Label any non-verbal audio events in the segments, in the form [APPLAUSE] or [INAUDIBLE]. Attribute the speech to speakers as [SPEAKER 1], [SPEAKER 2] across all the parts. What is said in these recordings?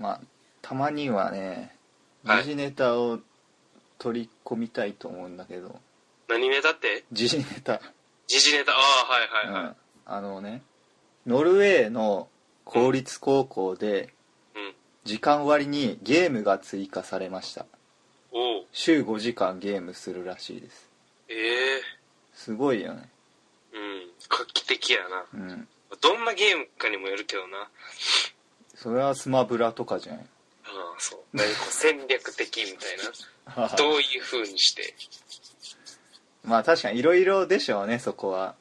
[SPEAKER 1] まあたまにはね
[SPEAKER 2] はい
[SPEAKER 1] 時事ネタを取り込みたいと思うんだけど
[SPEAKER 2] 何ネタって
[SPEAKER 1] 時事ネタ、
[SPEAKER 2] 時事ネタああは
[SPEAKER 1] う
[SPEAKER 2] いはいはい
[SPEAKER 1] ん、あのねノルウェーの公立高校で
[SPEAKER 2] うん、
[SPEAKER 1] 時間割にゲームが追加されました
[SPEAKER 2] おお
[SPEAKER 1] 週5時間ゲームするらしいです
[SPEAKER 2] ええ
[SPEAKER 1] すごいよね
[SPEAKER 2] うん画期的やな
[SPEAKER 1] うん
[SPEAKER 2] どんなゲームかにもよるけどな
[SPEAKER 1] それはスマブラとかじゃない
[SPEAKER 2] ああそう何か戦略的みたい
[SPEAKER 1] [LAUGHS]
[SPEAKER 2] などういう風にして
[SPEAKER 1] まあ確かにいろいろでしょうねそこは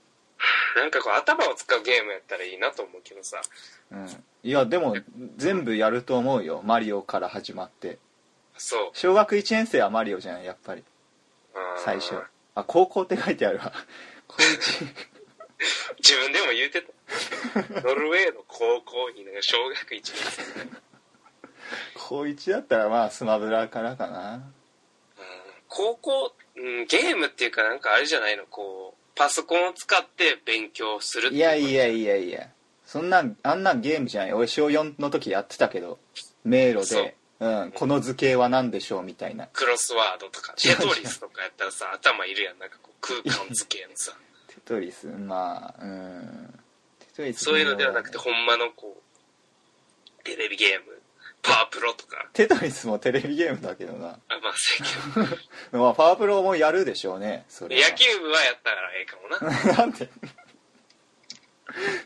[SPEAKER 2] なんかこう頭を使うゲームやったらいいなと思うけどさ
[SPEAKER 1] うんいやでも全部やると思うよマリオから始まって
[SPEAKER 2] そう
[SPEAKER 1] 小学1年生はマリオじゃないやっぱり
[SPEAKER 2] あー
[SPEAKER 1] 最初あ高校って書いてあ
[SPEAKER 2] [LAUGHS]
[SPEAKER 1] るわ高一
[SPEAKER 2] 自分でも言うてた
[SPEAKER 1] [LAUGHS]
[SPEAKER 2] ノルウェーの高校になんか小学1年生
[SPEAKER 1] 高一だったらまあスマブラからかな
[SPEAKER 2] うん高校、うん、ゲームっていうかなんかあれじゃないのこうパソコンを使って勉強するって
[SPEAKER 1] いう
[SPEAKER 2] こと
[SPEAKER 1] やいやいやいやそんなんあんなんゲームじゃない俺小4の時やってたけど迷路でう、ん、この図形は何でしょうみたいな
[SPEAKER 2] クロスワードとか
[SPEAKER 1] 違う違
[SPEAKER 2] テ
[SPEAKER 1] う
[SPEAKER 2] トリスとかやったらさ頭いるやんなんかこう空間付けやんさ
[SPEAKER 1] テトリスまあうんテトリス
[SPEAKER 2] そういうのではなくてほんまのこうテレビゲームパワープロとか
[SPEAKER 1] テトリスもテレビゲームだけどな
[SPEAKER 2] あまあせやけ
[SPEAKER 1] まあパワープロもやるでしょうねそ
[SPEAKER 2] ど
[SPEAKER 1] [LAUGHS] れは
[SPEAKER 2] 野球部はやったからええかもな
[SPEAKER 1] なんで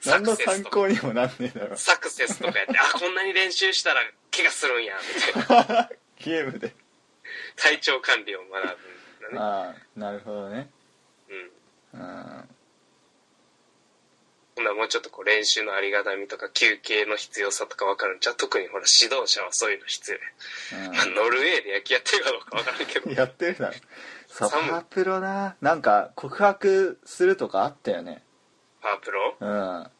[SPEAKER 1] 何の
[SPEAKER 2] サクセ
[SPEAKER 1] 参
[SPEAKER 2] スとか
[SPEAKER 1] 考にもなんねえだろ
[SPEAKER 2] サクセスとかやってあこんなに練習したら怪我するんやみたいな
[SPEAKER 1] [LAUGHS] ゲームで
[SPEAKER 2] 体調管理を学ぶんだね、
[SPEAKER 1] ああなるほどね
[SPEAKER 2] うん、
[SPEAKER 1] うん
[SPEAKER 2] ほんならもうちょっとこう練習のありがたみとか休憩の必要さとか分かるんちゃう特にほら指導者はそういうの必要や、まあノルウェーで野球やってるかどうか分からんけど
[SPEAKER 1] うんやってるだろそうパ
[SPEAKER 2] 寒い
[SPEAKER 1] ワープロななんか告白するとかあったよね
[SPEAKER 2] パワープロ
[SPEAKER 1] うんあ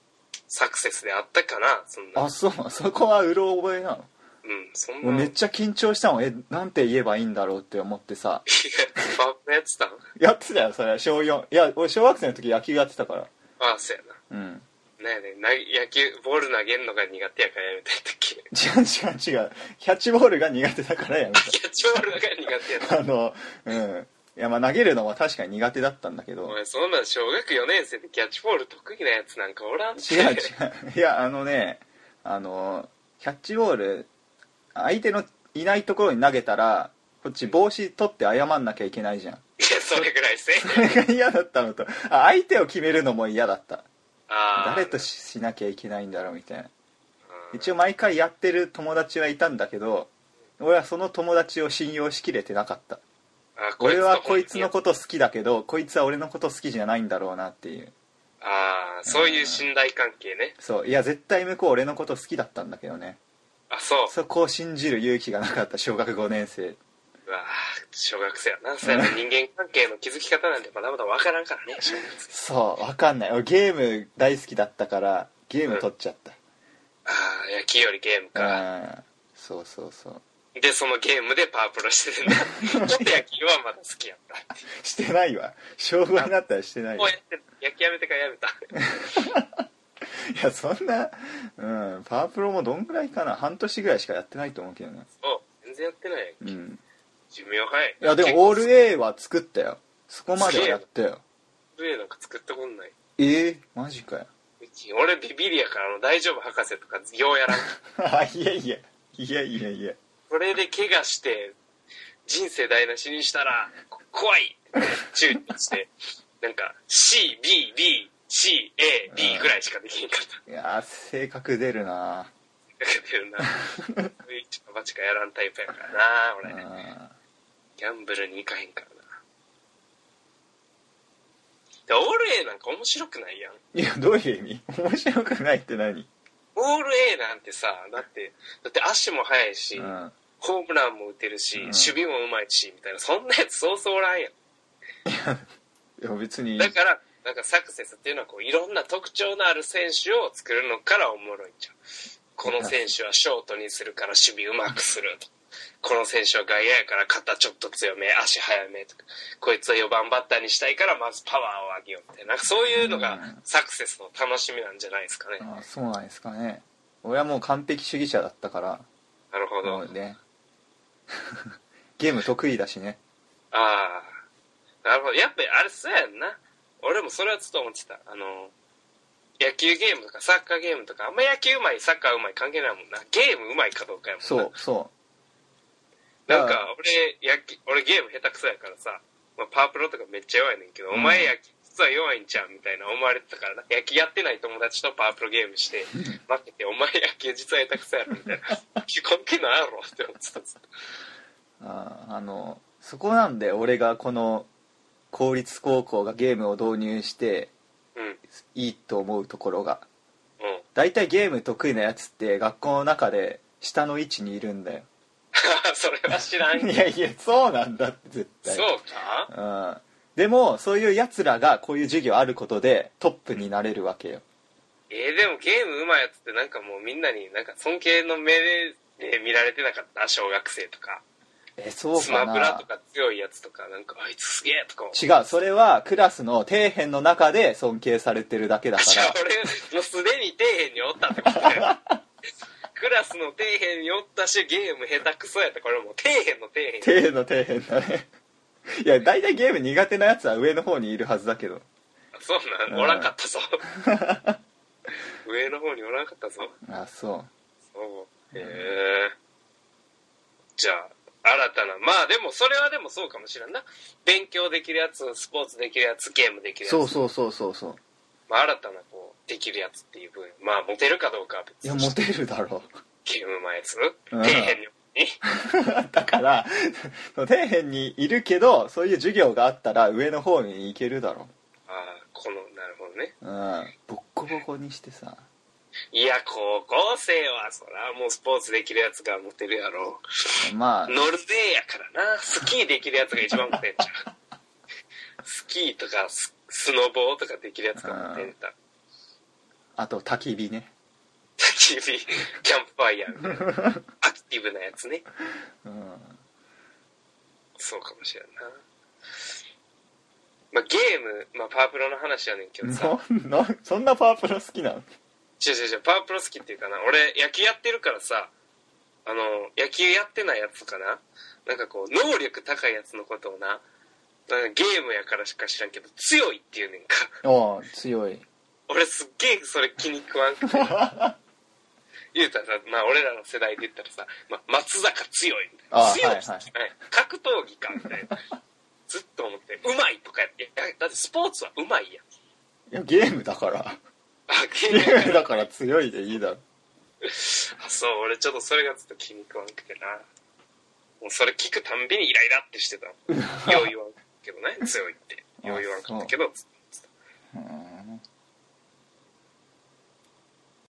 [SPEAKER 2] サクセスであったかなそんな
[SPEAKER 1] そうそこはうろ覚えなの
[SPEAKER 2] うんそん
[SPEAKER 1] もう
[SPEAKER 2] な
[SPEAKER 1] めっちゃ緊張したもんえなんて言えばいいんだろうって思ってさ
[SPEAKER 2] いやパワープロやってたん
[SPEAKER 1] やってたよそれ小4いや俺小学生の時野球やってたから
[SPEAKER 2] ああそうやな
[SPEAKER 1] うん
[SPEAKER 2] なんやねんな野球ボール投げんのが苦手やからやめたんやったっけ [LAUGHS]
[SPEAKER 1] 違う違う違うキャッチボールが苦手だからやめた
[SPEAKER 2] キャッチボールが苦手やった
[SPEAKER 1] あの、うん。いや、まあ投げるのは確かに苦手だったんだけ
[SPEAKER 2] お
[SPEAKER 1] ど、
[SPEAKER 2] 前そんなん小学4年生でキャッチボール得意なやつなんかおらん
[SPEAKER 1] 違う
[SPEAKER 2] [LAUGHS]
[SPEAKER 1] 違う。いや、あのね、あの、キャッチボール、相手のいないところに投げたら、こっち帽子取って謝んなきゃいけないじゃん。 [LAUGHS]
[SPEAKER 2] いやそれぐらいせえ
[SPEAKER 1] それが嫌だったのと、あ相手を決めるのも嫌だった。
[SPEAKER 2] ああ
[SPEAKER 1] 誰とししなきゃいけないんだろうみたいな。
[SPEAKER 2] うん
[SPEAKER 1] 一応毎回やってる友達はいたんだけど、俺はその友達を信用しきれてなかった。
[SPEAKER 2] あこいつ
[SPEAKER 1] 俺
[SPEAKER 2] と
[SPEAKER 1] はこいつのこと好きだけど、こいつは俺のこと好きじゃないんだろうなっていう。
[SPEAKER 2] ああそういう信頼関係ね
[SPEAKER 1] そういや絶対向こう俺のこと好きだったんだけどね
[SPEAKER 2] あそう
[SPEAKER 1] そこを信じる勇気がなかった小学5年生
[SPEAKER 2] うわー小学生やな
[SPEAKER 1] [LAUGHS]
[SPEAKER 2] そうやって人間関係の築き方なんてまだまだ分からんからね小学生
[SPEAKER 1] そうわかんない俺ゲーム大好きだったからゲーム取っちゃっ
[SPEAKER 2] ああ野球よりゲームか
[SPEAKER 1] たうんそうそうそう
[SPEAKER 2] でそのゲームでパワープロして
[SPEAKER 1] [LAUGHS]
[SPEAKER 2] るんだちょっと野球はまだ好きやった
[SPEAKER 1] してないわ小5になったらしてない
[SPEAKER 2] こう
[SPEAKER 1] わ
[SPEAKER 2] やって野球やめてからやめた
[SPEAKER 1] いやそんなうんパワープロもどんぐらいかな半年ぐらいしかやってないと思うけどね
[SPEAKER 2] そう全然やってない
[SPEAKER 1] うん
[SPEAKER 2] 寿命早い
[SPEAKER 1] いやでもオール A は作ったよそこまではやったよ
[SPEAKER 2] プレイなんか作ったことない
[SPEAKER 1] ええマジかよ [LAUGHS]
[SPEAKER 2] うち俺ビビリやからあの大丈夫博士とかようやらん
[SPEAKER 1] あいやいやいやいやいや
[SPEAKER 2] それで怪我して人生台無しにしたらこ怖いって注意してなんか CBBCAB ぐらいしかできへんか
[SPEAKER 1] [LAUGHS]
[SPEAKER 2] った
[SPEAKER 1] いやー性格出るな
[SPEAKER 2] だけどなそういう一か八かやらんタイプやからな俺
[SPEAKER 1] あ
[SPEAKER 2] ギャンブルに行かへんからなでオール A なんか面白くないやん
[SPEAKER 1] ーいやどういう意味面白くないって何
[SPEAKER 2] オール A なんてさだってだって足も速いし、
[SPEAKER 1] うん
[SPEAKER 2] ホームランも打てるし、
[SPEAKER 1] うん
[SPEAKER 2] 守備もうまいしみたいなそんなやつそうそうおらんやん
[SPEAKER 1] いや別に
[SPEAKER 2] だから、なんかサクセスっていうのはこういろんな特徴のある選手を作るのからおもろいんちゃう。この選手はショートにするから守備うまくすると。この選手は外野やから肩ちょっと強め、足早めとか。こいつは4番バッターにしたいからまずパワーを上げようみたいな。なんかそういうの
[SPEAKER 1] う
[SPEAKER 2] が
[SPEAKER 1] ん
[SPEAKER 2] サクセスの楽しみなんじゃないですかね。
[SPEAKER 1] あーそうなんですかね俺はもう完璧主義者だったから
[SPEAKER 2] あほど
[SPEAKER 1] もうね [LAUGHS] ゲーム得意だしね
[SPEAKER 2] ああ。なるほど。やっぱりあれそうやんな。俺もそれはずっと思ってた。あの、野球ゲームとかサッカーゲームとか、あんま野球うまい、サッカーうまい関係ないもんな。ゲームうまいかどうかやもんな。
[SPEAKER 1] そうそ
[SPEAKER 2] なんか俺、野球、俺ゲーム下手くそやからさ、まあ、パワープロとかめっちゃ弱いねんけど、
[SPEAKER 1] うん
[SPEAKER 2] お前野球実は弱いんちゃうみたいな思われてたからな。野球やってない友達とパワープロゲームして、負けて、お前野球実は下手くそやろみたいな。 [LAUGHS] 関係ないやろって思ってたんです
[SPEAKER 1] うあーあのそこなんで俺がこの公立高校がゲームを導入して
[SPEAKER 2] うん。うん。 [LAUGHS]
[SPEAKER 1] いいと思うところが大体ゲーム得意なやつって学校の中で下の位置にいるんだよ
[SPEAKER 2] それは知らんけど
[SPEAKER 1] [LAUGHS] いやいやそうなんだって絶対
[SPEAKER 2] そうか
[SPEAKER 1] うんでもそういうやつらがこういう授業あることでトップになれるわけよ
[SPEAKER 2] えーでもゲームうまいやつってなんかもうみんなになんか尊敬の目で見られてなかった小学生とか
[SPEAKER 1] えそう
[SPEAKER 2] ス
[SPEAKER 1] か
[SPEAKER 2] マブラと
[SPEAKER 1] な
[SPEAKER 2] か強いやつとかなんかあいつすげえとか
[SPEAKER 1] 違うそれはクラスの底辺の中で尊敬されてるだけだか
[SPEAKER 2] じゃあ俺もうすでに底辺におったってことだよ [LAUGHS] クラスの底辺におったしゲーム下手くそやったこれもう底辺の底辺
[SPEAKER 1] ら底辺の底辺だね [LAUGHS] いや大体ゲーム苦手なやつは上の方にいるはずだけど
[SPEAKER 2] そうなん
[SPEAKER 1] うん
[SPEAKER 2] おらんかっ
[SPEAKER 1] [LAUGHS]
[SPEAKER 2] たぞ上の方におらんかったぞ
[SPEAKER 1] あそう
[SPEAKER 2] そうへえじゃあ新たなまあでもそれはでもそうかもしれんな勉強できるやつスポーツできるやつゲームできるやつ
[SPEAKER 1] そうそうそうそうそう
[SPEAKER 2] まあ、新たなこうできるやつっていう分まあモテるかどうかはい別
[SPEAKER 1] や
[SPEAKER 2] に
[SPEAKER 1] モテるだろ [LAUGHS]
[SPEAKER 2] ゲーム前す
[SPEAKER 1] うん
[SPEAKER 2] 底辺に
[SPEAKER 1] うだから底辺にいるけどそういう授業があったら上の方に行けるだろ
[SPEAKER 2] ああこのなるほどね
[SPEAKER 1] ううんボッコボコにしてさ
[SPEAKER 2] いや高校生はそらもうスポーツできるやつがモテるやろ
[SPEAKER 1] まあ
[SPEAKER 2] ノルウェーやからなスキーできるやつが一番モテんちゃう
[SPEAKER 1] [LAUGHS]
[SPEAKER 2] スキーとかススノボーとかできるやつがモテんだ
[SPEAKER 1] あと焚き火ね
[SPEAKER 2] [LAUGHS] 焚き火キャンプファイヤーみたいなアクティブなやつね
[SPEAKER 1] うん
[SPEAKER 2] そうかもしれんなまあゲーム、まあ、パワープロの話やねんけどさ
[SPEAKER 1] なんなんそんなパワープロ好きなの
[SPEAKER 2] 違う違う違うパワープロ好きっていうかな俺野球やってるからさあの野球やってないやつとかななんかこう能力高いやつのことをななんかゲームやからしか知らんけど強いっていうねんか
[SPEAKER 1] おう強い
[SPEAKER 2] 俺すっげえそれ気に食わん
[SPEAKER 1] [LAUGHS]
[SPEAKER 2] くて言うたらさ、まあ、俺らの世代で言ったらさ、まあ、松坂強いみたい
[SPEAKER 1] あ
[SPEAKER 2] な
[SPEAKER 1] あ
[SPEAKER 2] 強い、
[SPEAKER 1] はいはい
[SPEAKER 2] 格闘技かみたいなずっと思ってうまいとかやっていやだってスポーツはうまいや
[SPEAKER 1] い
[SPEAKER 2] ん
[SPEAKER 1] やゲームだから
[SPEAKER 2] あ
[SPEAKER 1] ゲ
[SPEAKER 2] ゲームや
[SPEAKER 1] ー
[SPEAKER 2] か
[SPEAKER 1] ム
[SPEAKER 2] ら
[SPEAKER 1] だから強いでいいだろ
[SPEAKER 2] あそう俺ちょっとそれがずっと気に食わんくてなもうそれ聞くたんびにイライラってしてた
[SPEAKER 1] [LAUGHS]
[SPEAKER 2] もんよう言わんけどね強いってよう言わんかったけど
[SPEAKER 1] うん